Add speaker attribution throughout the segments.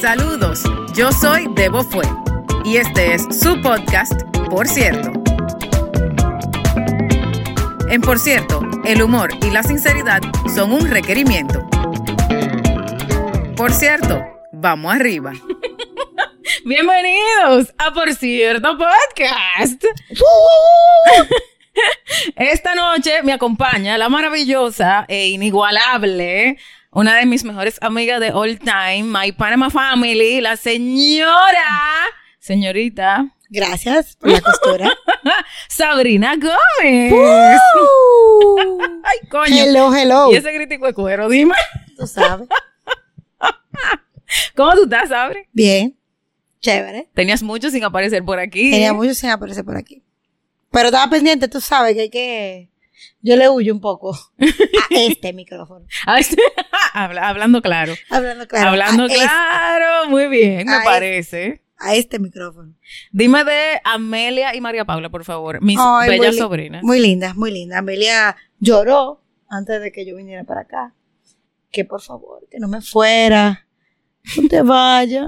Speaker 1: Saludos, yo soy Debo Fue y este es su podcast, Por cierto. En Por cierto, el humor y la sinceridad son un requerimiento. Por cierto, vamos arriba.
Speaker 2: Bienvenidos a Por cierto Podcast. Esta noche me acompaña la maravillosa e inigualable, una de mis mejores amigas de all time, My Panama Family, la señora, señorita
Speaker 3: Gracias por la costura.
Speaker 2: Sabrina Gómez.
Speaker 3: Uh,
Speaker 2: Ay, coño.
Speaker 3: hello, hello.
Speaker 2: Y ese crítico de cuero, dime.
Speaker 3: Tú sabes.
Speaker 2: ¿Cómo tú estás, Sabri?
Speaker 3: Bien. Chévere.
Speaker 2: Tenías mucho sin aparecer por aquí.
Speaker 3: Tenía mucho sin aparecer por aquí. Pero estaba pendiente, tú sabes que hay que. Yo le huyo un poco a este micrófono.
Speaker 2: Ay, sí. Habla- hablando claro.
Speaker 3: Hablando claro.
Speaker 2: Hablando
Speaker 3: a es-
Speaker 2: claro, muy bien, me
Speaker 3: A es-
Speaker 2: parece.
Speaker 3: a este micrófono.
Speaker 2: Dime de Amelia y María Paula, por favor, mis
Speaker 3: Ay, muy
Speaker 2: bellas
Speaker 3: li-
Speaker 2: sobrinas.
Speaker 3: Muy linda, muy linda. Amelia lloró antes de que yo viniera para acá. Que por favor, que no me fuera. No te vayas.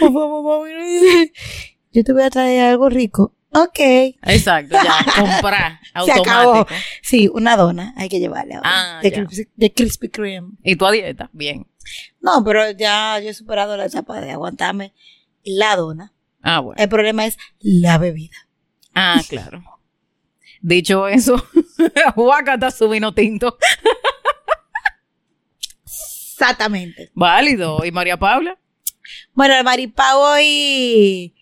Speaker 3: Por favor, mami. Yo te voy a traer algo rico. Ok.
Speaker 2: Exacto, ya, comprar
Speaker 3: acabó.
Speaker 2: automático.
Speaker 3: Sí, una dona hay que llevarle ahora.
Speaker 2: Ah,
Speaker 3: de,
Speaker 2: ya.
Speaker 3: Crispy, de Krispy Kreme.
Speaker 2: Y tu a dieta, bien.
Speaker 3: No, pero ya yo he superado la etapa de aguantarme la dona.
Speaker 2: Ah, bueno.
Speaker 3: El problema es la bebida.
Speaker 2: Ah, claro. Dicho eso, Huacata su vino tinto.
Speaker 3: Exactamente.
Speaker 2: Válido. ¿Y María Paula?
Speaker 3: Bueno, el Maripá hoy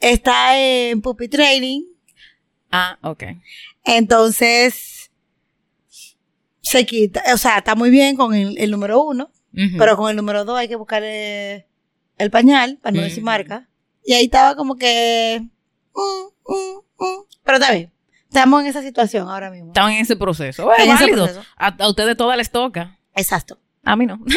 Speaker 3: está en Puppy Training.
Speaker 2: Ah, ok.
Speaker 3: Entonces, se quita. O sea, está muy bien con el, el número uno.
Speaker 2: Ujú.
Speaker 3: Pero con el número dos hay que buscarle el pañal, para no decir
Speaker 2: Ujú.
Speaker 3: marca. Y ahí estaba como que. mm, mm, mm. Pero está bien. Estamos en esa situación ahora mismo.
Speaker 2: Estaban en ese proceso. Bueno,
Speaker 3: En ese
Speaker 2: válido.
Speaker 3: proceso.
Speaker 2: A, a ustedes todas les toca.
Speaker 3: Exacto.
Speaker 2: A mí no.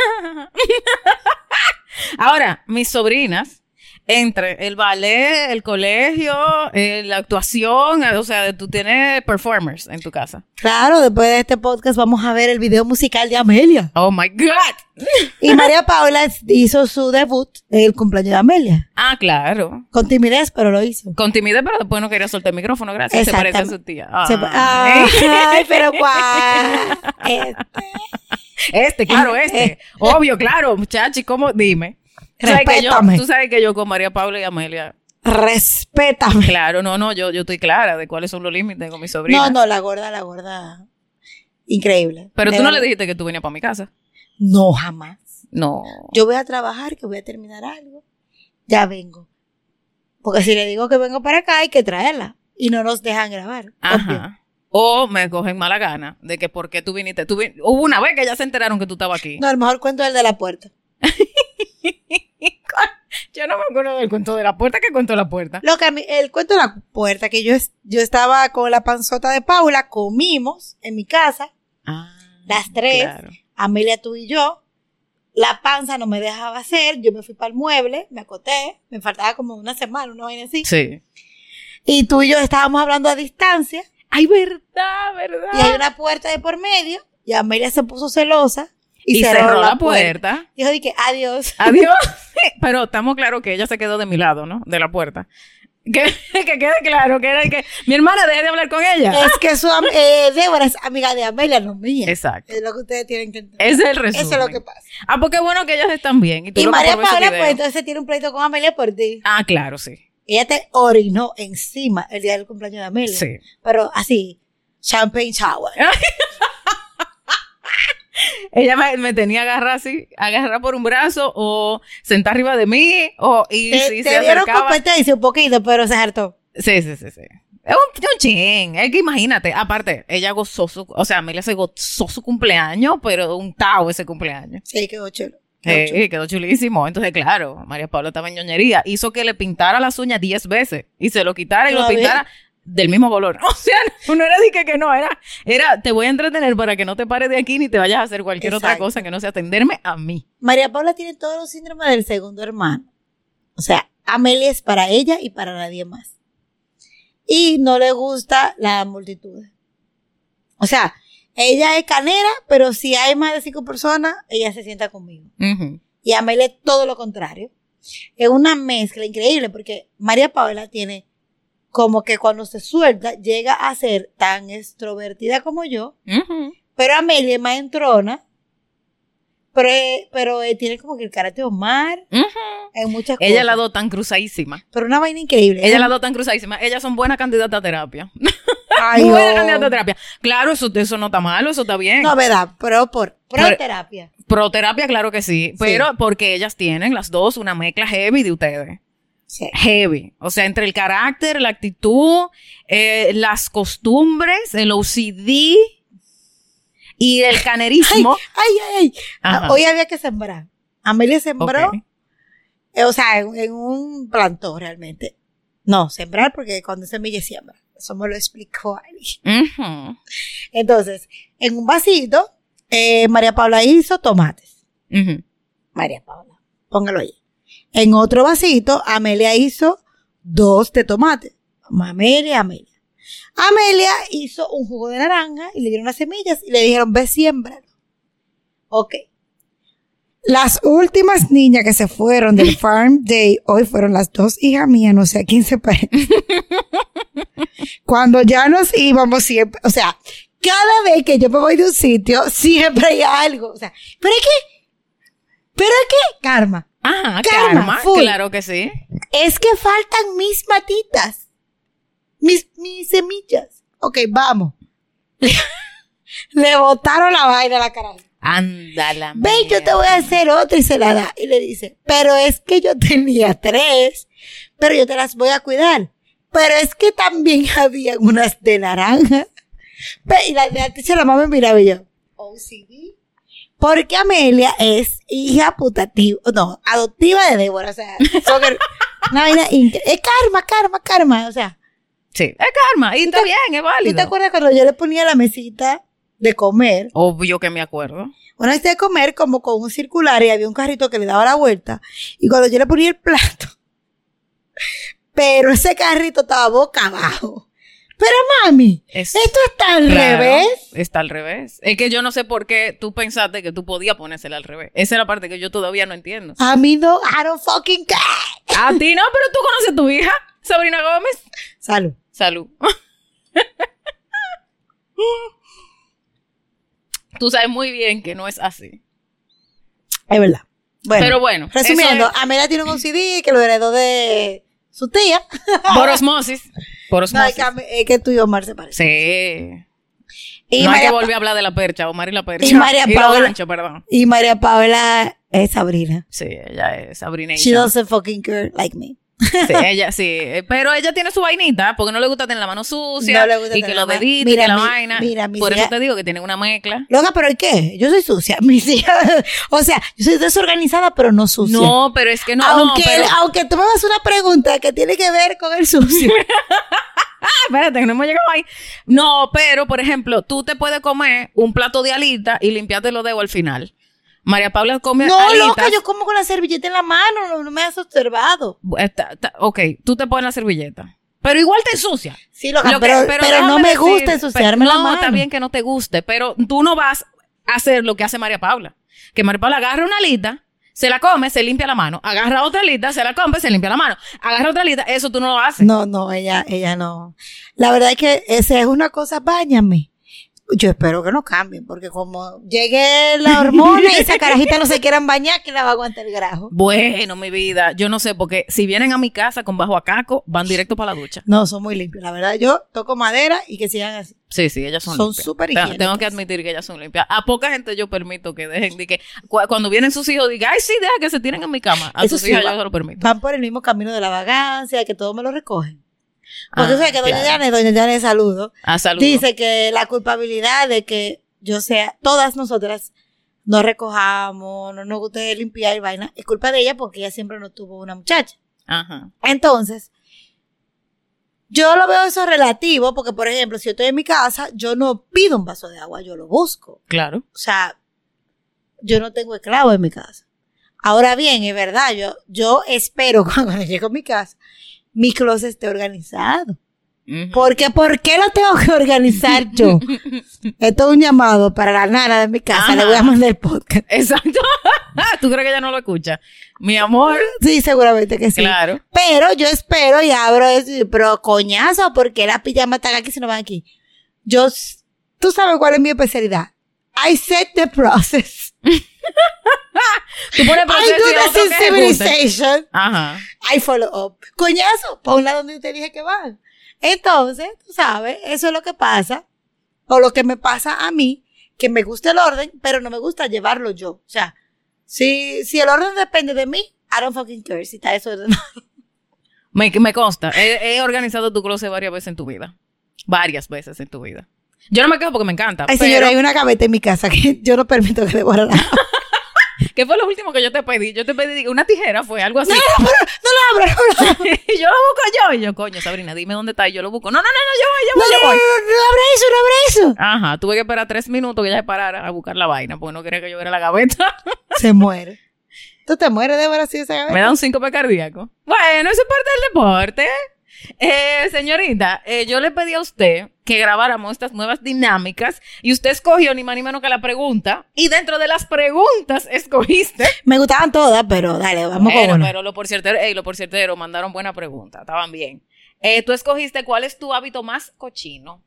Speaker 2: Ahora, mis sobrinas, entre el ballet, el colegio, eh, la actuación, eh, o sea, tú tienes performers en tu casa.
Speaker 3: Claro, después de este podcast vamos a ver el video musical de Amelia.
Speaker 2: Oh my God.
Speaker 3: Y María Paula es- hizo su debut en el cumpleaños de Amelia.
Speaker 2: Ah, claro.
Speaker 3: Con timidez, pero lo hizo.
Speaker 2: Con timidez, pero después no quería soltar el micrófono, gracias. Se parece a su tía.
Speaker 3: Se-
Speaker 2: Ah.
Speaker 3: Ay, pero cuál. Este,
Speaker 2: Este, claro, este. Obvio, claro, muchachos, ¿cómo? Dime. Tú sabes, que yo,
Speaker 3: Respétame.
Speaker 2: tú sabes que yo con María Paula y Amelia,
Speaker 3: Respétame.
Speaker 2: claro, no, no, yo, yo estoy clara de cuáles son los límites con mis sobrinas.
Speaker 3: No, no, la gorda, la gorda. Increíble.
Speaker 2: Pero
Speaker 3: De
Speaker 2: tú no le
Speaker 3: verdad.
Speaker 2: dijiste que tú venías para mi casa.
Speaker 3: No, jamás.
Speaker 2: No.
Speaker 3: Yo voy a trabajar, que voy a terminar algo. Ya vengo. Porque si le digo que vengo para acá, hay que traerla. Y no nos dejan grabar. obvio.
Speaker 2: Ajá. O me cogen mala gana de que por qué tú viniste. Tú vin- Hubo una vez que ya se enteraron que tú estabas aquí.
Speaker 3: No, el mejor cuento es el de la puerta.
Speaker 2: Yo no me acuerdo del cuento de la puerta. ¿Qué cuento de la puerta?
Speaker 3: Lo que a mí- el cuento de la puerta, que yo, es- yo estaba con la panzota de Paula, comimos en mi casa,
Speaker 2: Ah,
Speaker 3: Las tres.
Speaker 2: claro.
Speaker 3: Amelia, tú y yo. La panza no me dejaba hacer, yo me fui para el mueble, me acoté, me faltaba como una semana, una vaina así.
Speaker 2: Sí.
Speaker 3: Y tú y yo estábamos hablando a distancia,
Speaker 2: Ay, verdad,
Speaker 3: y hay
Speaker 2: verdad.
Speaker 3: una puerta de por medio, y Amelia se puso celosa
Speaker 2: Y, cerró, la puerta.
Speaker 3: Dijo, dije, adiós.
Speaker 2: Adiós. Pero estamos claros que ella se quedó de mi lado, ¿no? De la puerta. Que, que quede claro que era el que. Mi hermana, deje de hablar con ella.
Speaker 3: Es que su am- eh, Débora es amiga de Amelia, no mía.
Speaker 2: Exacto.
Speaker 3: Es lo que ustedes tienen que entender.
Speaker 2: Ese es el resumen.
Speaker 3: Eso es lo que pasa.
Speaker 2: Ah, porque bueno que ellas están bien. Y, tú
Speaker 3: Y
Speaker 2: loca
Speaker 3: María
Speaker 2: por ver ese
Speaker 3: Paula,
Speaker 2: video.
Speaker 3: pues entonces tiene un pleito con Amelia por ti.
Speaker 2: Ah, claro, sí.
Speaker 3: Ella te orinó encima el día del cumpleaños de Amelia.
Speaker 2: Sí.
Speaker 3: Pero así, champagne shower.
Speaker 2: Ella me, me tenía agarrada así, agarrada por un brazo o sentada arriba de mí o y
Speaker 3: te
Speaker 2: si
Speaker 3: te
Speaker 2: se
Speaker 3: dieron
Speaker 2: acercaba.
Speaker 3: competencia un poquito, pero se hartó.
Speaker 2: Sí, sí, sí, sí. Es un, un chin. Es que imagínate, aparte, ella gozó su, o sea, Amelia se gozó su cumpleaños, pero un tao ese cumpleaños.
Speaker 3: Sí, quedó
Speaker 2: Eh,
Speaker 3: chulo. Quedó
Speaker 2: Sí,
Speaker 3: chulo.
Speaker 2: quedó chulísimo. Entonces, claro, María Paula estaba en ñoñería. Hizo que le pintara las uñas 10 veces y se lo quitara y lo
Speaker 3: Todavía.
Speaker 2: pintara del mismo color. O sea, no era de que, que no, era, era, te voy a entretener para que no te pares de aquí ni te vayas a hacer cualquier otra
Speaker 3: Exacto.
Speaker 2: cosa que no sea atenderme a mí.
Speaker 3: María Paula tiene todos los síndromes del segundo hermano. O sea, Amelia es para ella y para nadie más. Y no le gusta la multitud. O sea, ella es canera, pero si hay más de cinco personas, ella se sienta conmigo.
Speaker 2: Ujú.
Speaker 3: Y Amelia es todo lo contrario. Es una mezcla increíble porque María Paola tiene como que cuando se suelta llega a ser tan extrovertida como yo,
Speaker 2: Ujú.
Speaker 3: pero Amelia es más entrona, pero, es- pero eh, tiene como que el carácter de Omar
Speaker 2: Ujú.
Speaker 3: en muchas cosas.
Speaker 2: Ella la dos tan cruzadísima.
Speaker 3: Pero una vaina increíble.
Speaker 2: Ella la dos tan cruzadísima. Ellas son buenas candidatas a terapia.
Speaker 3: Ay,
Speaker 2: buenas
Speaker 3: oh.
Speaker 2: candidatas a terapia. Claro, eso, eso no está malo, eso está bien.
Speaker 3: No, verdad, pero por, pro
Speaker 2: Pero-
Speaker 3: terapia.
Speaker 2: Pro terapia, claro que sí. Pero porque ellas tienen las dos una mezcla heavy de ustedes.
Speaker 3: Sí.
Speaker 2: Heavy. O sea, entre el carácter, la actitud, eh, las costumbres, el OCD y el canerismo.
Speaker 3: Ay, ay, ay.
Speaker 2: Ajá.
Speaker 3: Hoy había que sembrar. Amelia sembró,
Speaker 2: Ok.
Speaker 3: eh, o sea, en, en un plantón realmente. No, sembrar porque cuando es semilla siembra. Eso me lo explicó Ali.
Speaker 2: Ujú.
Speaker 3: Entonces, en un vasito, eh, María Paula hizo tomates.
Speaker 2: Ujú.
Speaker 3: María Paula, póngalo ahí. En otro vasito, Amelia hizo dos de tomate. Amelia, Amelia. Amelia hizo un jugo de naranja y le dieron las semillas y le dijeron, ve, siémbralo. Ok. Las últimas niñas que se fueron del Farm Day hoy fueron las dos hijas mías, no sé a quién se parece. Cuando ya nos íbamos siempre, o sea, cada vez que yo me voy de un sitio, siempre hay algo. O sea, ¿pero es que? ¿Pero es que? Karma.
Speaker 2: Ajá,
Speaker 3: Ah, Karma,
Speaker 2: karma.
Speaker 3: full.
Speaker 2: Claro que sí.
Speaker 3: Es que faltan mis matitas. Mis, mis semillas. Ok, vamos. Le botaron la vaina a la cara.
Speaker 2: Ándala.
Speaker 3: Ven, yo te
Speaker 2: mierda.
Speaker 3: voy a hacer otra y se la da. Y le dice, pero es que yo tenía tres, pero yo te las voy a cuidar. Pero es que también había unas de naranja. Ve, Y la de antes la mamá me miraba y yo, OCD. Porque Amelia es hija putativa, no, adoptiva de Débora, o sea, son el- una vaina incre- Es karma, karma, karma, o sea.
Speaker 2: Sí, es karma. Y está bien, es
Speaker 3: ¿Tú te
Speaker 2: válido.
Speaker 3: acuerdas cuando yo le ponía la mesita de comer?
Speaker 2: Obvio que me acuerdo.
Speaker 3: Una vez de comer como con un circular y había un carrito que le daba la vuelta. Y cuando yo le ponía el plato, pero ese carrito estaba boca abajo. Pero mami,
Speaker 2: Es
Speaker 3: esto está al
Speaker 2: raro.
Speaker 3: revés.
Speaker 2: Está al revés. Es que yo no sé por qué tú pensaste que tú podías ponérsela al revés. Esa es la parte que yo todavía no entiendo.
Speaker 3: A mí no, I don't fucking care.
Speaker 2: A ti no, pero tú conoces a tu hija, Sabrina Gómez.
Speaker 3: Salud.
Speaker 2: Salud. tú sabes muy bien que no es así.
Speaker 3: Es verdad. Bueno,
Speaker 2: pero bueno,
Speaker 3: resumiendo,
Speaker 2: eso
Speaker 3: Amelia tiene un OCD que lo heredó de su tía.
Speaker 2: es por osmosis. Por
Speaker 3: No, es
Speaker 2: osmosis.
Speaker 3: que, a mí- es que tú y Omar se parecen.
Speaker 2: Sí.
Speaker 3: Y,
Speaker 2: no hay
Speaker 3: María
Speaker 2: que
Speaker 3: Pa-
Speaker 2: volver a hablar de la percha, Omar y la percha.
Speaker 3: Y María
Speaker 2: los
Speaker 3: Paola.
Speaker 2: ganchos, perdón.
Speaker 3: y María Paola es Sabrina.
Speaker 2: Sí, ella es Sabrina.
Speaker 3: She doesn't fucking care like me.
Speaker 2: Sí, ella sí. Eh, Pero ella tiene su vainita, porque no le gusta tener la mano sucia.
Speaker 3: No le gusta
Speaker 2: y que
Speaker 3: tener
Speaker 2: los
Speaker 3: la ma-
Speaker 2: deditos y
Speaker 3: Mira,
Speaker 2: que la
Speaker 3: mi-
Speaker 2: vaina.
Speaker 3: mira, mi
Speaker 2: Por eso
Speaker 3: hija-
Speaker 2: te digo que tienen una mezcla.
Speaker 3: Loca, pero ¿y qué? Yo soy sucia. Mis hijas- o sea, yo soy desorganizada, pero no sucia.
Speaker 2: No, pero es que no. no,
Speaker 3: aunque,
Speaker 2: pero-
Speaker 3: aunque tú me hagas una pregunta que tiene que ver con el sucio.
Speaker 2: Ah, espérate, que no hemos llegado ahí. No, pero, por ejemplo, tú te puedes comer un plato de alita y limpiarte los dedos al final. María Paula come
Speaker 3: no,
Speaker 2: alitas.
Speaker 3: loca, yo como con la servilleta en la mano, no, no me has observado.
Speaker 2: Bu- está- está- ok, tú te pones la servilleta. Pero igual te ensucia.
Speaker 3: Sí, loca,
Speaker 2: Lo que-
Speaker 3: pero, pero no
Speaker 2: déjame
Speaker 3: me
Speaker 2: decir-
Speaker 3: gusta
Speaker 2: pe-
Speaker 3: ensuciarme la mano.
Speaker 2: No, está bien que no te guste, pero tú no vas a hacer lo que hace María Paula. Que María Paula agarra una alita, se la come, se limpia la mano. Agarra otra alita, se la come, se limpia la mano. Agarra otra alita, eso tú no lo haces.
Speaker 3: No, no, ella, ella no. La verdad es que esa es una cosa, báñame. Yo espero que no cambien, porque como llegue la hormona y esa carajita no se quieran bañar, que la va a aguantar el grajo.
Speaker 2: Bueno, mi vida, yo no sé, porque si vienen a mi casa con bajo a caco, van directo para la ducha.
Speaker 3: No, son muy limpios. La verdad, yo toco madera y que sigan así.
Speaker 2: Sí, sí, ellas son,
Speaker 3: Son
Speaker 2: limpias.
Speaker 3: súper
Speaker 2: Te- Tengo
Speaker 3: higiénicas.
Speaker 2: que admitir que ellas son limpias. A poca gente yo permito que dejen, de que cu- cuando vienen sus hijos, diga, ay, sí, deja que se tiren en mi cama. A
Speaker 3: Eso
Speaker 2: sus
Speaker 3: sí,
Speaker 2: hijas
Speaker 3: va-
Speaker 2: yo se lo permito.
Speaker 3: van por el mismo camino de la vagancia, que todo me lo recogen. Porque
Speaker 2: Ah,
Speaker 3: o sea, que doña
Speaker 2: claro. Ah,
Speaker 3: Yane, doña Yane, saludo,
Speaker 2: A salud.
Speaker 3: dice que la culpabilidad de que yo sea, todas nosotras no recojamos, no nos guste limpiar y vaina, es culpa de ella porque ella siempre no tuvo una muchacha.
Speaker 2: Ajá.
Speaker 3: Entonces, yo lo veo eso relativo porque, por ejemplo, si yo estoy en mi casa, yo no pido un vaso de agua, yo lo busco.
Speaker 2: Claro.
Speaker 3: O sea, yo no tengo esclavo en mi casa. Ahora bien, es verdad, yo, yo espero cuando llego a mi casa, mi closet esté organizado.
Speaker 2: Ujú.
Speaker 3: Porque ¿por qué lo tengo que organizar yo? Esto es un llamado para la nana de mi casa.
Speaker 2: Ajá.
Speaker 3: Le voy a mandar el podcast.
Speaker 2: Exacto. ¿Tú crees que ella no lo escucha? Mi amor.
Speaker 3: Sí, seguramente que sí.
Speaker 2: Claro.
Speaker 3: Pero yo espero y abro eso. y- Pero coñazo, ¿por qué la pijama están aquí si no van aquí? Yo, s- tú sabes cuál es mi especialidad. I set the process.
Speaker 2: Tú pones
Speaker 3: I
Speaker 2: proceso y
Speaker 3: do
Speaker 2: otro
Speaker 3: the
Speaker 2: que ejecute.
Speaker 3: sensibilization.
Speaker 2: Ajá.
Speaker 3: I follow up. Coñazo, pa' un lado donde yo te dije que van. Entonces, tú sabes, eso es lo que pasa, o lo que me pasa a mí, que me gusta el orden, pero no me gusta llevarlo yo. O sea, si, si el orden depende de mí, I don't fucking care si está eso
Speaker 2: Me, me consta. He, he organizado tu closet varias veces en tu vida. Varias veces en tu vida. Yo no me quejo porque me encanta.
Speaker 3: Ay,
Speaker 2: pero-
Speaker 3: señora, hay una gaveta en mi casa que yo no permito que devore nada. No,
Speaker 2: ¿Qué fue lo último que yo te pedí? Yo te pedí una tijera, fue algo así.
Speaker 3: no, no, no, no, no, no,
Speaker 2: Y yo lo busco yo. Y yo, coño, Sabrina, dime dónde está. Y yo lo busco. No, no, no, no, yo voy, yo voy, yo
Speaker 3: no, no, no, no,
Speaker 2: voy.
Speaker 3: abra eso, no abra eso.
Speaker 2: Ajá, tuve que esperar tres minutos que ella se parara a buscar la vaina, porque no quería que yo viera la gaveta.
Speaker 3: Se muere. Tú te mueres de ver así esa
Speaker 2: Me
Speaker 3: gaveta.
Speaker 2: da un síncope cardíaco. Bueno, eso es parte del deporte. Eh, señorita, eh, yo le pedí a usted que grabáramos estas nuevas dinámicas y usted escogió ni más ni menos que la pregunta. Y dentro de las preguntas escogiste.
Speaker 3: Me gustaban todas, pero dale, vamos
Speaker 2: Bueno,
Speaker 3: con una.
Speaker 2: pero lo por cierto, ey, lo por ciertero, mandaron buena pregunta, estaban bien. Eh, tú escogiste cuál es tu hábito más cochino.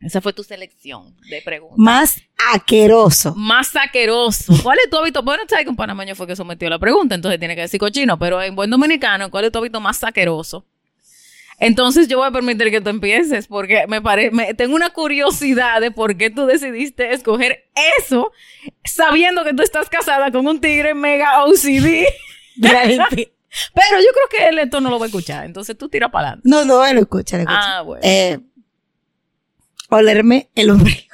Speaker 2: Esa fue tu selección de preguntas.
Speaker 3: Más aqueroso.
Speaker 2: Más saqueroso. ¿Cuál es tu hábito? Bueno, sabes que un panameño fue que sometió la pregunta, entonces tiene que decir cochino, pero en buen dominicano, ¿cuál es tu hábito más saqueroso? Entonces yo voy a permitir que tú empieces porque me parece, tengo una curiosidad de por qué tú decidiste escoger eso sabiendo que tú estás casada con un tigre mega OCD. Pero yo creo que él esto no lo va a escuchar, entonces tú tira para adelante.
Speaker 3: No, no, él lo escucha, lo escucha.
Speaker 2: Ah, bueno.
Speaker 3: Eh, olerme el ombligo.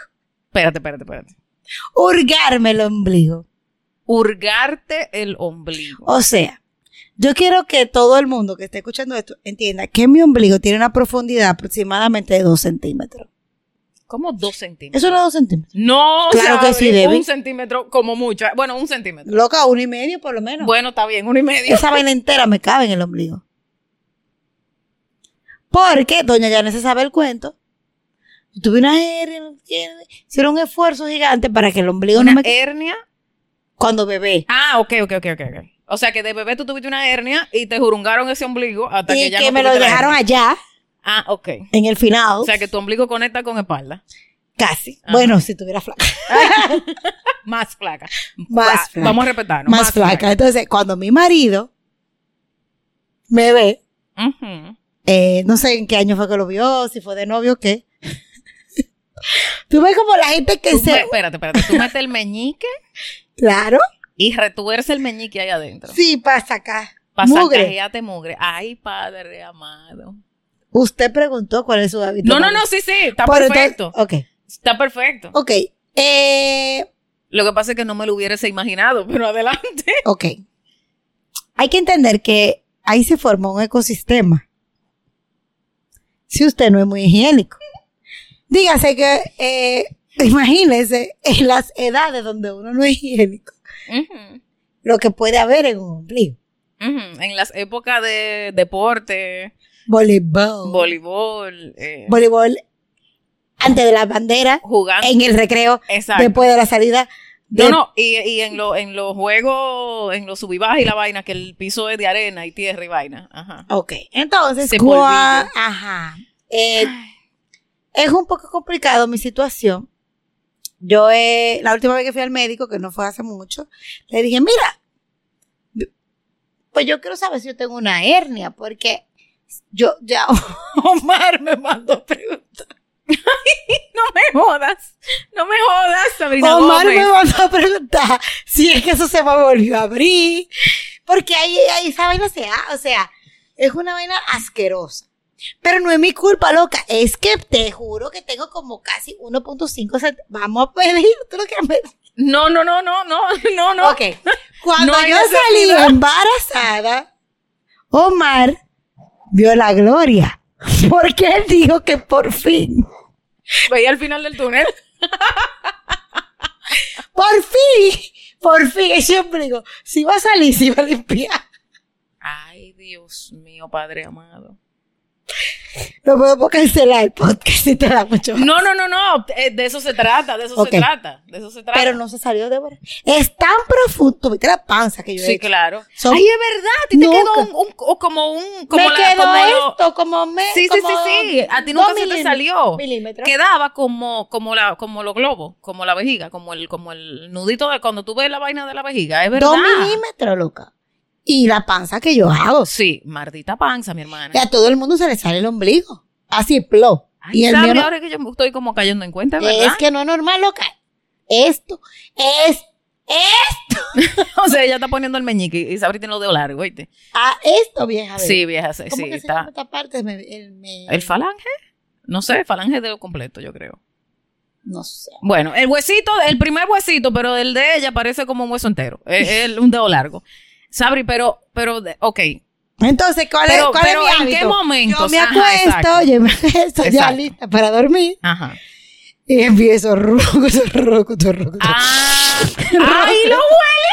Speaker 2: espérate, espérate, espérate.
Speaker 3: Hurgarme el ombligo.
Speaker 2: Hurgarte el ombligo.
Speaker 3: O sea, yo quiero que todo el mundo que esté escuchando esto entienda que mi ombligo tiene una profundidad aproximadamente de 2 centímetros.
Speaker 2: ¿Cómo dos centímetros?
Speaker 3: Eso no es 2 centímetros.
Speaker 2: No,
Speaker 3: Claro
Speaker 2: Sabri,
Speaker 3: que sí, Debbie.
Speaker 2: Un centímetro como mucho. eh, Bueno, un centímetro.
Speaker 3: Loca, uno y medio por lo menos.
Speaker 2: Bueno, está bien, uno y medio.
Speaker 3: Esa vaina entera me cabe en el ombligo. Porque doña Yanes se sabe el cuento. Yo Tuve una hernia, hicieron un esfuerzo gigante para que el ombligo
Speaker 2: Una
Speaker 3: no me...
Speaker 2: hernia.
Speaker 3: Cuando bebé.
Speaker 2: Ah, ok, ok, ok, ok. ok. O sea que de bebé tú tuviste una hernia y te jurungaron ese ombligo hasta que
Speaker 3: Y
Speaker 2: ya
Speaker 3: que
Speaker 2: no
Speaker 3: me lo
Speaker 2: tuviste la
Speaker 3: dejaron
Speaker 2: hernia.
Speaker 3: allá,
Speaker 2: Ah, ok.
Speaker 3: en el final.
Speaker 2: O sea que tu ombligo conecta con espalda.
Speaker 3: Casi.
Speaker 2: Ajá.
Speaker 3: Bueno, si tuviera flaca.
Speaker 2: Más flaca.
Speaker 3: Más
Speaker 2: Ah,
Speaker 3: flaca.
Speaker 2: Vamos a respetarnos.
Speaker 3: más flaca. Entonces, cuando mi marido me ve,
Speaker 2: Ujú.
Speaker 3: eh, no sé en qué año fue que lo vio, si fue de novio o qué. Tú ves como la gente que
Speaker 2: Tú
Speaker 3: se.
Speaker 2: me- espérate, espérate. Tú metes el meñique
Speaker 3: Claro.
Speaker 2: y retuerce el meñique ahí adentro.
Speaker 3: Sí, pasa acá.
Speaker 2: Para
Speaker 3: Mugre.
Speaker 2: sacajearte mugre. Ay, padre amado.
Speaker 3: Usted preguntó cuál es su hábito.
Speaker 2: No, no,
Speaker 3: malo.
Speaker 2: no, sí, sí. Está
Speaker 3: Por entonces-
Speaker 2: perfecto.
Speaker 3: Ok.
Speaker 2: Está perfecto.
Speaker 3: Ok. Eh,
Speaker 2: Lo que pasa es que no me lo hubiese imaginado, pero adelante.
Speaker 3: ok. Hay que entender que ahí se forma un ecosistema. Si usted no es muy higiénico. Dígase que, eh, imagínese, en las edades donde uno no es higiénico,
Speaker 2: Ujú,
Speaker 3: lo que puede haber en un ombligo.
Speaker 2: ujú. En las épocas de deporte,
Speaker 3: Voleibol.
Speaker 2: voleibol, eh,
Speaker 3: Voleibol antes de la bandera,
Speaker 2: jugando.
Speaker 3: en el recreo,
Speaker 2: Ah. Exacto.
Speaker 3: después de la salida. de-
Speaker 2: no, no, y, y en, lo, en los juegos, en los subibajes y la vaina, que el piso es de arena y tierra y vaina. Ajá.
Speaker 3: Ok, entonces,
Speaker 2: Se
Speaker 3: cua- ajá. Eh, es un poco complicado mi situación. Yo, eh, la última vez que fui al médico, que no fue hace mucho, le dije, mira, pues yo quiero saber si yo tengo una hernia, porque yo ya Omar me mandó preguntas.
Speaker 2: No me jodas, no me jodas, Sabrina
Speaker 3: Omar
Speaker 2: Gómez.
Speaker 3: me mandó a preguntar si es que eso se me volvió a abrir. Porque ahí, ahí esa vaina se ha, o sea, es una vaina asquerosa. Pero no es mi culpa, loca. Es que te juro que tengo como casi 1.5 cent- Vamos a pedir, tú lo quieres pedir.
Speaker 2: No, no, no, no, no, no, no.
Speaker 3: Ok. Cuando
Speaker 2: No hay
Speaker 3: yo salí
Speaker 2: necesidad.
Speaker 3: embarazada, Omar vio la gloria. Porque él dijo que por fin,
Speaker 2: Veía el final del túnel.
Speaker 3: por fin, por fin, ese ombligo, si va a salir, si va a limpiar.
Speaker 2: Ay, Dios mío, Padre amado.
Speaker 3: No podemos cancelar el podcast si te da mucho.
Speaker 2: No, no, no, no. eh, De eso se trata, de eso
Speaker 3: Ok.
Speaker 2: se trata. De eso se trata.
Speaker 3: Pero no se salió Débora. Es tan profundo. ¿Tuviste la panza que yo he
Speaker 2: Sí,
Speaker 3: hecho?
Speaker 2: claro.
Speaker 3: Son-
Speaker 2: Ay, es verdad. A ti te
Speaker 3: No,
Speaker 2: quedó
Speaker 3: que-
Speaker 2: un, un- o como un. Como
Speaker 3: me
Speaker 2: la-
Speaker 3: quedó
Speaker 2: como lo-
Speaker 3: esto como me.
Speaker 2: Sí, sí, sí,
Speaker 3: como
Speaker 2: sí. A ti
Speaker 3: dos
Speaker 2: nunca se te
Speaker 3: milímetros-
Speaker 2: salió.
Speaker 3: Milímetros.
Speaker 2: Quedaba como, como, la, como los globos, como la vejiga, como el, como el nudito de cuando tú ves la vaina de la vejiga. Es verdad.
Speaker 3: Dos milímetros, loca. Y la panza que yo hago.
Speaker 2: Sí, maldita panza, mi hermana.
Speaker 3: Que a todo el mundo se le sale el ombligo. Así, plo.
Speaker 2: Ay,
Speaker 3: y el
Speaker 2: ¿sabe?
Speaker 3: mío no-
Speaker 2: ahora que yo me estoy como cayendo en cuenta, ¿verdad?
Speaker 3: es que no es normal, loca. Esto es, es,
Speaker 2: o sea, ella está poniendo el meñique y Sabri tiene los dedos largos, ¿oíste?
Speaker 3: ah, esto, vieja. a ver.
Speaker 2: Sí, vieja, sí,
Speaker 3: ¿Cómo
Speaker 2: sí,
Speaker 3: que se
Speaker 2: está.
Speaker 3: llama esta parte? Me- el, me-
Speaker 2: ¿El falange? No sé, falange de lo completo, yo creo.
Speaker 3: no sé.
Speaker 2: Bueno, el huesito, el primer huesito, pero el de ella parece como un hueso entero. Es, es un dedo largo. Sabri, pero, pero, de- ok.
Speaker 3: Entonces, ¿cuál
Speaker 2: Pero,
Speaker 3: es, cuál es
Speaker 2: pero
Speaker 3: mi
Speaker 2: ¿en qué
Speaker 3: hábito?
Speaker 2: momento?
Speaker 3: Yo me acuesto, yo me acuesto ya
Speaker 2: Exacto.
Speaker 3: lista para dormir
Speaker 2: Ajá.
Speaker 3: y empiezo roco, roco, roco.
Speaker 2: Ah, ¡Ay, lo huele!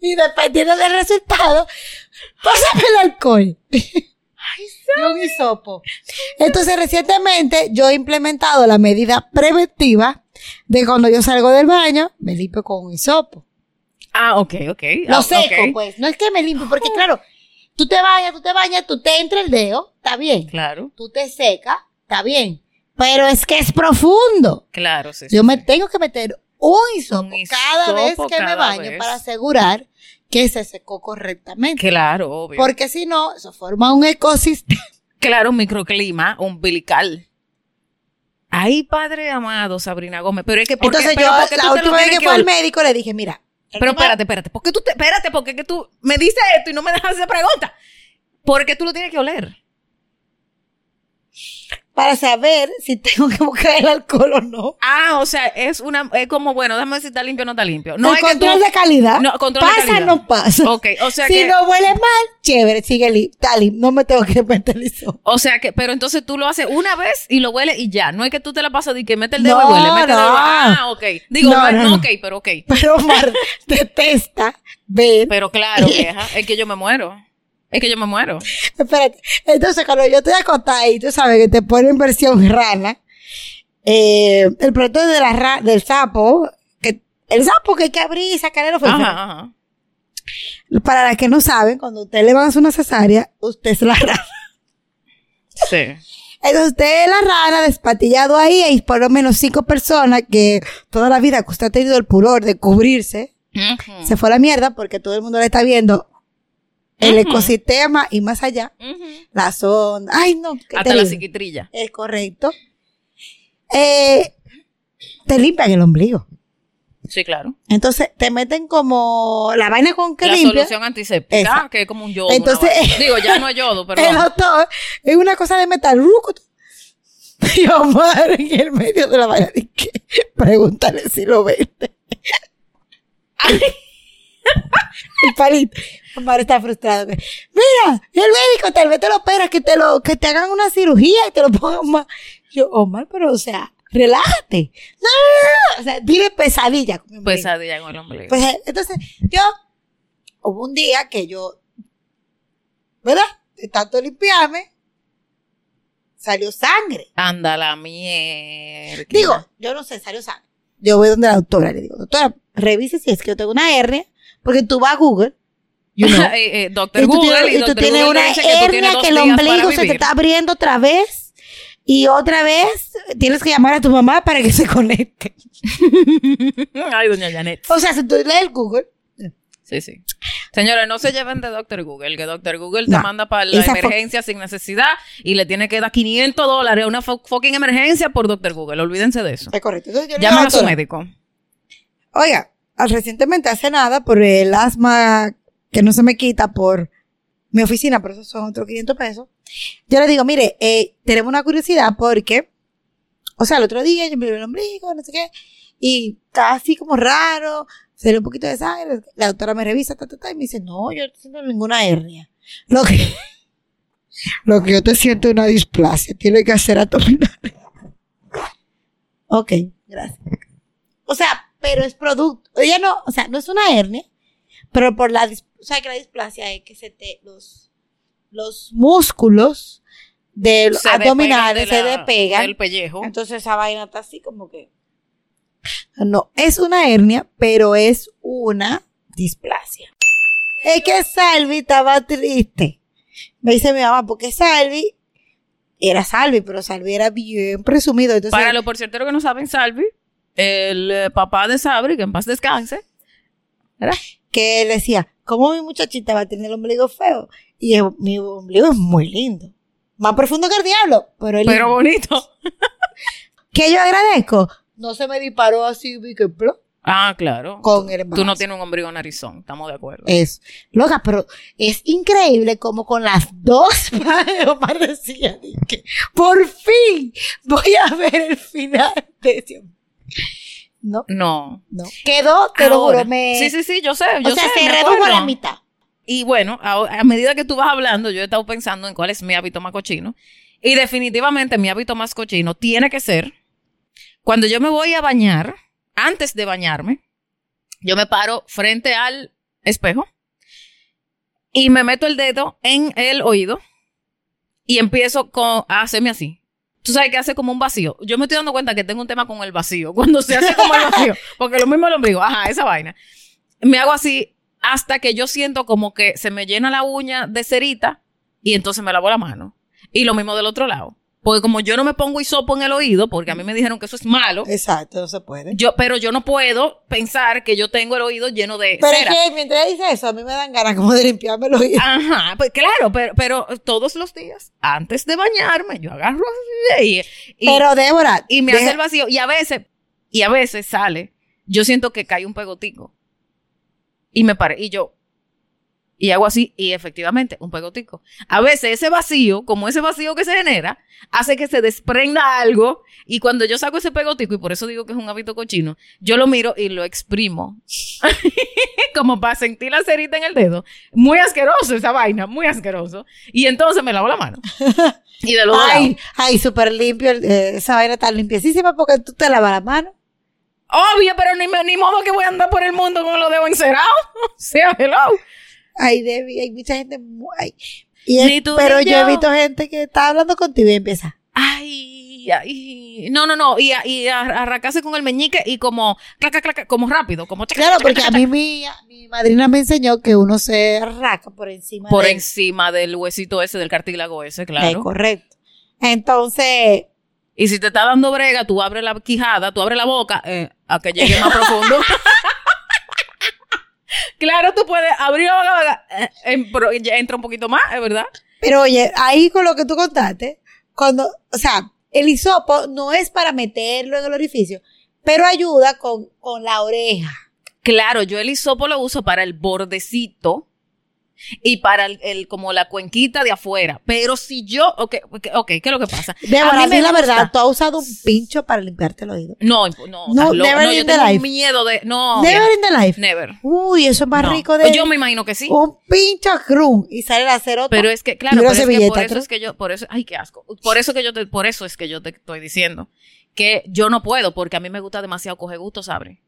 Speaker 3: Y dependiendo del resultado, pásame el alcohol. y un hisopo. Entonces, recientemente yo he implementado la medida preventiva de cuando yo salgo del baño, me limpio con un hisopo.
Speaker 2: Ah, ok, ok.
Speaker 3: Lo
Speaker 2: ah,
Speaker 3: seco,
Speaker 2: ok.
Speaker 3: pues. No es que me limpio, porque claro, tú te bañas, tú te bañas, tú te entra el dedo, está bien.
Speaker 2: Claro,
Speaker 3: Tú te secas, está bien. Pero es que es profundo.
Speaker 2: claro, sí. sí,
Speaker 3: Yo me
Speaker 2: sí.
Speaker 3: tengo que meter un hisopo,
Speaker 2: Un
Speaker 3: cada vez
Speaker 2: hisopo
Speaker 3: que me
Speaker 2: cada
Speaker 3: baño
Speaker 2: vez.
Speaker 3: para asegurar que se secó correctamente.
Speaker 2: Claro, obvio.
Speaker 3: Porque si no, eso forma un ecosistema.
Speaker 2: Claro, un microclima umbilical. Ay, padre amado, Sabrina Gómez. Pero es que porque,
Speaker 3: Entonces
Speaker 2: pero
Speaker 3: yo,
Speaker 2: porque
Speaker 3: la
Speaker 2: tú te lo
Speaker 3: última vez
Speaker 2: tienes
Speaker 3: que
Speaker 2: que
Speaker 3: fue al
Speaker 2: ol-
Speaker 3: médico le dije, mira,
Speaker 2: Pero espérate, espérate. Porque tú te, espérate, porque que tú me dices esto y no me dejas hacer pregunta. Porque tú lo tienes que oler.
Speaker 3: para saber si tengo que buscar el alcohol o no.
Speaker 2: Ah, o sea, es una, es como, bueno, déjame ver si está limpio o no está limpio. No
Speaker 3: el
Speaker 2: es que tú.
Speaker 3: control de calidad.
Speaker 2: No, control de
Speaker 3: pasa
Speaker 2: calidad.
Speaker 3: no pasa.
Speaker 2: Ok, o sea
Speaker 3: si
Speaker 2: que.
Speaker 3: no huele mal, chévere, sigue li- está li- No me tengo que meter el hisopo.
Speaker 2: O sea que, pero entonces tú lo haces una vez y lo hueles y ya. No es que tú te la pasas de que mete el dedo
Speaker 3: No,
Speaker 2: y huele, mete el dedo.
Speaker 3: no.
Speaker 2: Ah, ok. Digo,
Speaker 3: No,
Speaker 2: no,
Speaker 3: no,
Speaker 2: no,
Speaker 3: no.
Speaker 2: ok, pero ok.
Speaker 3: Pero Mar detesta ver.
Speaker 2: Pero claro, vieja, es que yo me muero. Es que yo me muero.
Speaker 3: Espérate. Entonces, cuando yo te voy a contar ahí, tú sabes que te ponen versión rana. Eh, el producto de la ra- del sapo, que, el sapo que hay que abrir y sacar el ofensivo.
Speaker 2: Ajá, ajá.
Speaker 3: Para las que no saben, cuando usted le van a hacer una cesárea, usted es la rana.
Speaker 2: Sí.
Speaker 3: Entonces usted es la rana despatillado ahí y por lo menos cinco personas que toda la vida que usted ha tenido el puror de cubrirse,
Speaker 2: Ujú.
Speaker 3: se fue a la mierda porque todo el mundo le está viendo el
Speaker 2: Ujú.
Speaker 3: ecosistema y más allá,
Speaker 2: Ujú.
Speaker 3: la sonda. Ay, no. qué
Speaker 2: Hasta la
Speaker 3: terrible.
Speaker 2: psiquitrilla.
Speaker 3: Es correcto. Eh, te limpian el ombligo.
Speaker 2: Sí, claro.
Speaker 3: Entonces te meten como la vaina con que
Speaker 2: La
Speaker 3: limpia.
Speaker 2: solución antiséptica,
Speaker 3: Esa.
Speaker 2: que es como un yodo. una
Speaker 3: Entonces-
Speaker 2: vaina. Digo, ya no es yodo, pero.
Speaker 3: El doctor es una cosa de metal. rucutu. Y Omar en el medio de la vaina dije, pregúntale si lo vende. el palito. Omar está frustrado. Mira, el médico tal vez te lo opera, que te lo, que te hagan una cirugía y te lo pongan más. Yo, Omar, pero o sea, relájate. No, no, no, no. O sea, dile pesadilla. con mi ombligo.
Speaker 2: Pesadilla con el ombligo.
Speaker 3: Pues eh, entonces, yo, hubo un día que yo, ¿verdad? De tanto limpiarme, salió sangre.
Speaker 2: Anda la mierda.
Speaker 3: Digo, yo no sé, salió sangre. Yo voy donde la doctora, le digo, doctora, revise si es que yo tengo una hernia, porque tú vas a Google, you know,
Speaker 2: Eh, eh,
Speaker 3: y
Speaker 2: doctor
Speaker 3: tú
Speaker 2: Google
Speaker 3: tienes,
Speaker 2: y
Speaker 3: y tú
Speaker 2: doctor
Speaker 3: tienes
Speaker 2: Google
Speaker 3: una
Speaker 2: dice que tú tienes
Speaker 3: hernia
Speaker 2: dos
Speaker 3: que el
Speaker 2: días para
Speaker 3: ombligo se te
Speaker 2: vivir.
Speaker 3: está abriendo otra vez. Y otra vez tienes que llamar a tu mamá para que se conecte.
Speaker 2: Ay, doña Janet.
Speaker 3: O sea, si tú lees el Google,
Speaker 2: Sí, sí. Señores, no se lleven de Doctor Google, que Doctor Google te
Speaker 3: No.
Speaker 2: manda para la
Speaker 3: Esa fo-
Speaker 2: emergencia sin necesidad y le tiene que dar 500 dólares a una fo- fucking emergencia por Doctor Google. Olvídense de eso.
Speaker 3: es correcto. Entonces yo le digo a la
Speaker 2: Llaman a su
Speaker 3: doctora,
Speaker 2: médico.
Speaker 3: Oiga, ah, recientemente hace nada por el asma que no se me quita por mi oficina, por eso son otros 500 pesos. Yo le digo, mire, eh, tenemos una curiosidad porque, o sea, el otro día yo me vi el ombligo, no sé qué, y está así como raro, sale un poquito de sangre. La doctora me revisa, ta, ta, ta, y me dice, no, yo no siento ninguna hernia. Lo que, lo que yo te siento es una displasia, tiene que hacer abdominal. Ok, gracias. O sea, pero es producto. Ella no, o sea, no es una hernia, Pero por la, dis- o sea, que la displasia es que se te, los, los músculos de los
Speaker 2: Se
Speaker 3: abdominales
Speaker 2: despega de la-
Speaker 3: se despegan.
Speaker 2: Del pellejo.
Speaker 3: Entonces esa vaina está así como que. No, es una hernia, pero es una displasia. Es que Salvi estaba triste. Me dice mi mamá, porque Salvi era Salvi, pero Salvi era bien presumido. Entonces,
Speaker 2: Para los por cierto que no saben, Salvi, el eh, papá de Sabri, que en paz descanse,
Speaker 3: que él decía, ¿cómo mi muchachita va a tener el ombligo feo? Y el- mi ombligo es muy lindo. Más profundo que el diablo, pero, es
Speaker 2: pero
Speaker 3: lindo.
Speaker 2: bonito.
Speaker 3: ¿Qué yo agradezco? No se me disparó así, vi que plop,
Speaker 2: Ah, claro.
Speaker 3: con el
Speaker 2: Tú no
Speaker 3: embarazo.
Speaker 2: tienes un ombligo narizón, estamos de acuerdo.
Speaker 3: Es loca, pero es increíble como con las dos Omar decía de que por fin voy a ver el final de ese hombre". No,
Speaker 2: No.
Speaker 3: no. Quedó, te lo
Speaker 2: Ahora.
Speaker 3: juro, me
Speaker 2: Sí, sí, sí, yo sé.
Speaker 3: O
Speaker 2: yo
Speaker 3: sea,
Speaker 2: sé,
Speaker 3: se
Speaker 2: me
Speaker 3: redujo a
Speaker 2: acuerdo.
Speaker 3: la mitad.
Speaker 2: Y bueno, a, a medida que tú vas hablando, yo he estado pensando en cuál es mi hábito más cochino. Y definitivamente mi hábito más cochino tiene que ser cuando yo me voy a bañar, antes de bañarme, yo me paro frente al espejo y me meto el dedo en el oído y empiezo con, a hacerme así. Tú sabes que hace como un vacío. Yo me estoy dando cuenta que tengo un tema con el vacío. Cuando se hace como el vacío. Porque lo mismo el ombligo. Ajá, esa vaina. Me hago así hasta que yo siento como que se me llena la uña de cerita y entonces me lavo la mano. Y lo mismo del otro lado. Porque como yo no me pongo hisopo en el oído, porque a mí me dijeron que eso es malo,
Speaker 3: Exacto, no se puede.
Speaker 2: yo, pero yo no puedo pensar que yo tengo el oído lleno de
Speaker 3: Pero es
Speaker 2: cera.
Speaker 3: que mientras ella dice eso, a mí me dan ganas como de limpiarme los oídos.
Speaker 2: Ajá, pues claro, pero, pero todos los días, antes de bañarme, yo agarro así y, y-
Speaker 3: Pero Débora,
Speaker 2: y me
Speaker 3: deja-
Speaker 2: hace el vacío. Y a veces, y a veces sale, yo siento que cae un pegotico. Y me paré, y yo, y hago así, y efectivamente, un pegotico. A veces ese vacío, como ese vacío que se genera, hace que se desprenda algo. Y cuando yo saco ese pegotico, y por eso digo que es un hábito cochino, yo lo miro y lo exprimo. como para sentir la cerita en el dedo. Muy asqueroso esa vaina, muy asqueroso. Y entonces me lavo la mano. Y de los dos lados.
Speaker 3: Ay, ay, súper limpio. el- eh, esa vaina está limpiecísima porque tú te lavas la mano.
Speaker 2: Obvio, pero ni, me- ni modo que voy a andar por el mundo con los dedos encerados. O sea, hello.
Speaker 3: Ay, Debbie, hay mucha gente muy... ay. Y es-
Speaker 2: Ni tú
Speaker 3: pero
Speaker 2: ni
Speaker 3: yo.
Speaker 2: yo.
Speaker 3: he visto gente que está hablando contigo y empieza.
Speaker 2: Ay, ay. No, no, no. Y, a- y a- arrancarse con el meñique y como, claca, claca, como rápido, como chaca,
Speaker 3: Claro,
Speaker 2: chaca,
Speaker 3: porque a
Speaker 2: chaca,
Speaker 3: mí mi, mi madrina me enseñó que uno se raca por encima
Speaker 2: chaca. Por
Speaker 3: de-
Speaker 2: encima del huesito ese, del cartílago ese,
Speaker 3: de-
Speaker 2: claro.
Speaker 3: correcto. Entonces,
Speaker 2: Y si te está dando brega, tú abres la quijada, tú abres la boca, eh, a que llegue más profundo. claro, tú puedes abrir la boca, boca, eh, en- pero ya entra un poquito más, es verdad.
Speaker 3: pero oye, ahí con lo que tú contaste, cuando, o sea, el hisopo no es para meterlo en el orificio, pero ayuda con, con la oreja.
Speaker 2: Claro, yo el hisopo lo uso para el bordecito y para el, el- como la cuenquita de afuera. Pero si yo, ok, ok, ok, ¿qué es lo que pasa?
Speaker 3: Débora,
Speaker 2: A
Speaker 3: a
Speaker 2: mí me
Speaker 3: la
Speaker 2: gusta.
Speaker 3: verdad, tú has usado un pincho para limpiarte el oído.
Speaker 2: No, no,
Speaker 3: No,
Speaker 2: estás loca.
Speaker 3: never
Speaker 2: no, yo
Speaker 3: in the
Speaker 2: tengo
Speaker 3: life.
Speaker 2: miedo de, no,
Speaker 3: Never
Speaker 2: Diana,
Speaker 3: in the life.
Speaker 2: never.
Speaker 3: Uy, eso es más
Speaker 2: No. Pues
Speaker 3: rico de
Speaker 2: Yo me imagino que sí.
Speaker 3: un pincho crum y sale la cerota.
Speaker 2: Pero es que, claro,
Speaker 3: una
Speaker 2: pero es que
Speaker 3: servilleta
Speaker 2: por eso
Speaker 3: atrás.
Speaker 2: es que yo, por eso, ay, qué asco. Por eso que yo te, por eso es que yo te estoy diciendo que yo no puedo, porque a mí me gusta demasiado coger gusto, ¿sabes?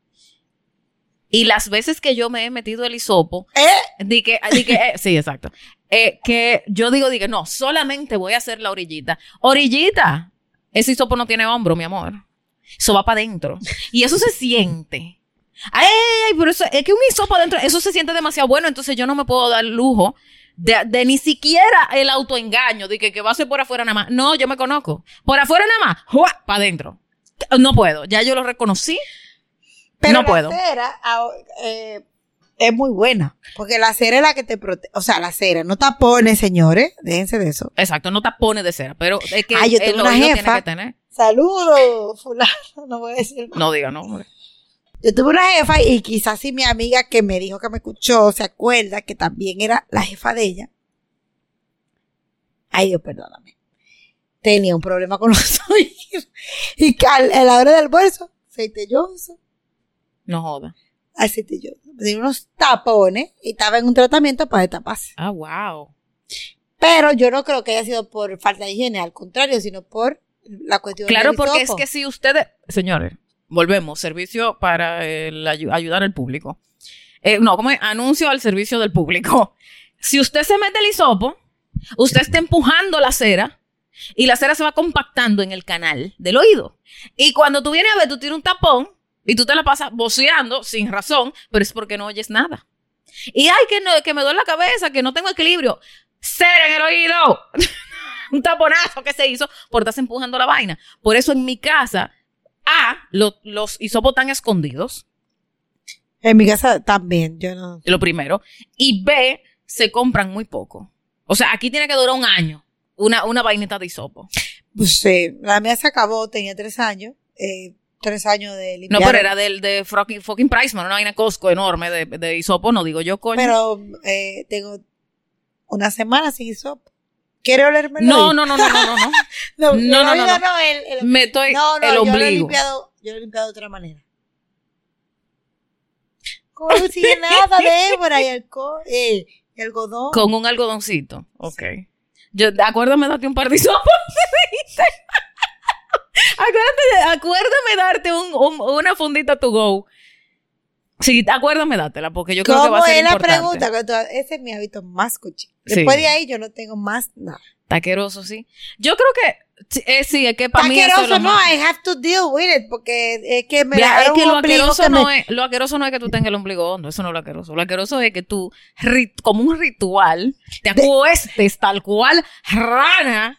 Speaker 2: Y las veces que yo me he metido el hisopo,
Speaker 3: ¿Eh?
Speaker 2: Di que, di que eh, sí, exacto. Eh, que yo digo, di que no, solamente voy a hacer la orillita. Orillita. Ese hisopo no tiene hombro, mi amor. Eso va para adentro. Y eso se siente. Ay, ay, pero eso, es que un hisopo adentro, eso se siente demasiado bueno, entonces yo no me puedo dar lujo de, de ni siquiera el autoengaño, de que, que va a ser por afuera nada más. No, yo me conozco. Por afuera nada más, para adentro. No puedo, ya yo lo reconocí.
Speaker 3: Pero
Speaker 2: No
Speaker 3: la
Speaker 2: puedo.
Speaker 3: cera ah, eh, es muy buena. Porque la cera es la que te protege. O sea, la cera. No tapones, señores. Déjense de eso.
Speaker 2: Exacto, no tapones de cera, pero es que
Speaker 3: Ay, yo
Speaker 2: el
Speaker 3: tengo una
Speaker 2: oído tiene
Speaker 3: jefa.
Speaker 2: que tener.
Speaker 3: Saludos, fulano. No voy a decir.
Speaker 2: No diga, no, hombre.
Speaker 3: Yo tuve una jefa y quizás si mi amiga que me dijo que me escuchó se acuerda que también era la jefa de ella. Ay, Dios, perdóname. Tenía un problema con los oídos. Y que al- a la hora del almuerzo, aceite Johnson,
Speaker 2: No joda.
Speaker 3: aceite Johnson. Tenía unos tapones y estaba en un tratamiento para destaparse.
Speaker 2: Ah, wow.
Speaker 3: Pero yo no creo que haya sido por falta de higiene, al contrario, sino por la cuestión
Speaker 2: Claro,
Speaker 3: del
Speaker 2: porque es
Speaker 3: hisopo.
Speaker 2: que si ustedes, señores, volvemos, servicio para el ayu- ayudar al público. eh, no, como es? anuncio al servicio del público. Si usted se mete el hisopo, usted está empujando la cera y la cera se va compactando en el canal del oído. Y cuando tú vienes a ver, tú tienes un tapón y tú te la pasas voceando sin razón, pero es porque no oyes nada. Y ay, que, no, que me duele la cabeza, que no tengo equilibrio. Cera en el oído. un taponazo que se hizo por estarse empujando la vaina. Por eso en mi casa, A, lo- los hisopos están escondidos,
Speaker 3: En mi casa también, yo no.
Speaker 2: lo primero, y B, se compran muy poco. O sea, aquí tiene que durar un año una, una vainita de hisopo.
Speaker 3: Pues sí, la mía se acabó, tenía tres años, eh, tres años de
Speaker 2: No,
Speaker 3: limpiar.
Speaker 2: pero era del de fucking, fucking Priceman, una vaina Costco enorme de, de hisopo, no digo yo, coño.
Speaker 3: Pero eh, tengo una semana sin hisopo. ¿Quiere olerme
Speaker 2: no, no, no, no, no, no, no.
Speaker 3: no, el
Speaker 2: no, no,
Speaker 3: oído
Speaker 2: no.
Speaker 3: el- el-
Speaker 2: Me estoy
Speaker 3: no, no,
Speaker 2: el
Speaker 3: yo lo he
Speaker 2: ombligo.
Speaker 3: limpiado, yo lo he limpiado de otra manera. ¿Cómo no sigue nada, Débora? Y alcohol, eh, y algodón.
Speaker 2: Con un algodoncito. Ok. Yo, acuérdame darte un par de hisopos, me dijiste. acuérdate, acuérdame darte un- un- una fundita to go. Sí, acuérdame dátela, porque yo creo que va a
Speaker 3: ¿Cómo
Speaker 2: ser
Speaker 3: es la
Speaker 2: importante.
Speaker 3: pregunta? Que tú- Ese es mi hábito más cochino.
Speaker 2: Sí.
Speaker 3: Después de ahí yo no tengo más nada.
Speaker 2: Taqueroso, sí. Yo creo que, sí, eh, sí, es que para mí eso es
Speaker 3: Taqueroso
Speaker 2: lo
Speaker 3: no,
Speaker 2: más-
Speaker 3: I have to deal with it porque es que me
Speaker 2: Vea, es
Speaker 3: dejaron
Speaker 2: que
Speaker 3: un
Speaker 2: lo
Speaker 3: ombligo
Speaker 2: aqueroso,
Speaker 3: que me-
Speaker 2: no es, lo aqueroso no es que tú tengas el ombligo hondo, eso no es lo aqueroso. Lo aqueroso es que tú, rit- como un ritual, te
Speaker 3: De-
Speaker 2: acuestes tal cual rana,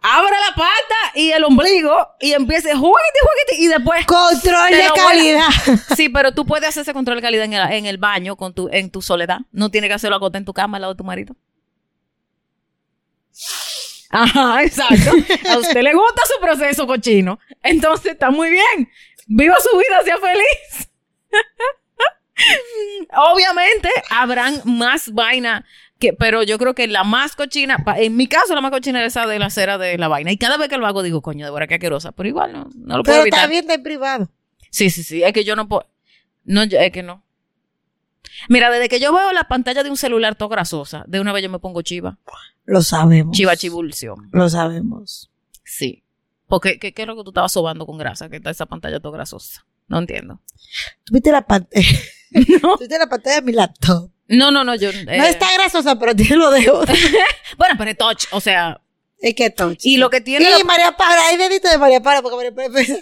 Speaker 2: abra la pata y el ombligo y empieces juguete, juguete y después...
Speaker 3: Control
Speaker 2: Te
Speaker 3: de
Speaker 2: lo voy a-
Speaker 3: calidad.
Speaker 2: Sí, pero tú puedes hacer ese control de calidad en el, en el baño, con tu, en tu soledad. No tienes que hacerlo acostado en tu cama al lado de tu marido. Ajá, exacto. A usted le gusta su proceso cochino. Entonces está muy bien. Viva su vida, sea feliz. Obviamente habrán más vaina, que, pero yo creo que la más cochina, pa- en mi caso la más cochina es esa de la cera de la vaina. Y cada vez que lo hago digo, coño, Débora, qué asquerosa. Pero igual no, no lo puedo
Speaker 3: Pero
Speaker 2: evitar.
Speaker 3: está bien de privado.
Speaker 2: Sí, sí, sí. Es que yo no puedo. No, yo- es que no. Mira, desde que yo veo la pantalla de un celular todo grasosa, de una vez yo me pongo chiva.
Speaker 3: Lo sabemos.
Speaker 2: Chiva chivulsión.
Speaker 3: Lo sabemos.
Speaker 2: Sí. Porque, ¿qué, qué es lo que tú estabas sobando con grasa? Que está esa pantalla todo grasosa. No entiendo.
Speaker 3: Tuviste la pantalla. Tuviste la pantalla de mi laptop.
Speaker 2: No, no, no, yo. eh,
Speaker 3: No está grasosa, pero tiene lo de otro.
Speaker 2: Bueno, pero es touch, o sea.
Speaker 3: Es que touch.
Speaker 2: Y lo que tiene.
Speaker 3: Y
Speaker 2: la-
Speaker 3: María Para, hay dedito de María Para, porque María Para,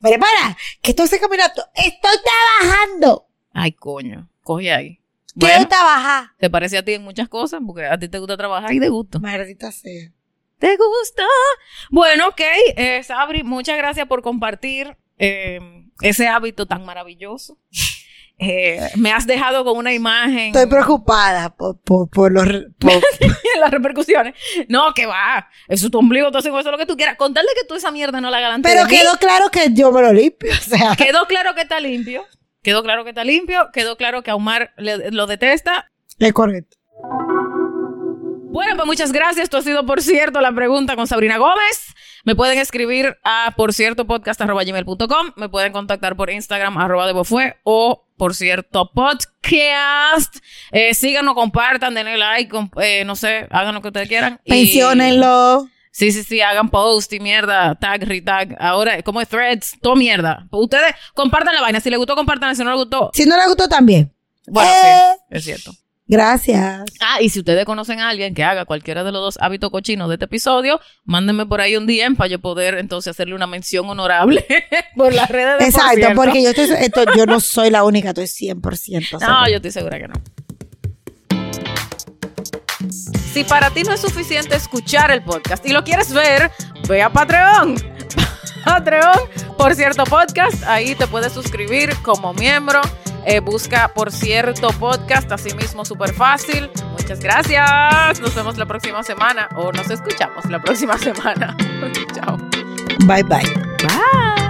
Speaker 3: María Para, que estoy seca mi laptop. Estoy trabajando.
Speaker 2: Ay, coño. Cogí ahí.
Speaker 3: Quiero
Speaker 2: Bueno,
Speaker 3: trabajar.
Speaker 2: te parece a ti en muchas cosas, porque a ti te gusta trabajar y de gusto.
Speaker 3: Maldita sea.
Speaker 2: ¿Te gusta? Bueno, ok. eh, Sabri, muchas gracias por compartir eh, ese hábito tan maravilloso. Eh, me has dejado con una imagen
Speaker 3: Estoy preocupada por, por, por los. por-
Speaker 2: las repercusiones. No, que va. Eso es tu ombligo, tú haces con eso lo que tú quieras. Con tal de que tú esa mierda no la hagas delante
Speaker 3: Pero
Speaker 2: de mí.
Speaker 3: quedó claro que yo me lo limpio. O sea,
Speaker 2: Quedó claro que está limpio. Quedó claro que está limpio. Quedó claro que a Omar le- lo detesta.
Speaker 3: es correcto.
Speaker 2: Bueno, pues muchas gracias. Esto ha sido, por cierto, la pregunta con Sabrina Gómez. Me pueden escribir a por cierto podcast@gmail.com. Me pueden contactar por Instagram arroba debofue o por cierto podcast. Eh, síganos, compartan, denle like, com- eh, no sé, hagan lo que ustedes quieran. Y-
Speaker 3: Menciónenlo.
Speaker 2: Sí, sí, sí, hagan post y mierda, tag, retag. Ahora, como es threads, todo mierda. Ustedes compartan la vaina. Si les gustó, compartan. Si no les gustó,
Speaker 3: Si no les gustó también.
Speaker 2: bueno,
Speaker 3: Eh.
Speaker 2: sí, es cierto.
Speaker 3: Gracias.
Speaker 2: Ah, y si ustedes conocen a alguien que haga cualquiera de los dos hábitos cochinos de este episodio, mándenme por ahí un DM para yo poder entonces hacerle una mención honorable por las redes de
Speaker 3: Exacto,
Speaker 2: Por Cierto.
Speaker 3: porque yo estoy, esto- yo no soy la única, estoy 100%.
Speaker 2: No,
Speaker 3: segura.
Speaker 2: yo estoy segura que no. Si para ti no es suficiente escuchar el podcast y lo quieres ver, ve a Patreon. Patreon, por cierto, podcast. Ahí te puedes suscribir como miembro. Eh, busca por cierto podcast, así mismo súper fácil. Muchas gracias. Nos vemos la próxima semana o nos escuchamos la próxima semana. Chao.
Speaker 3: Bye bye.
Speaker 2: Bye.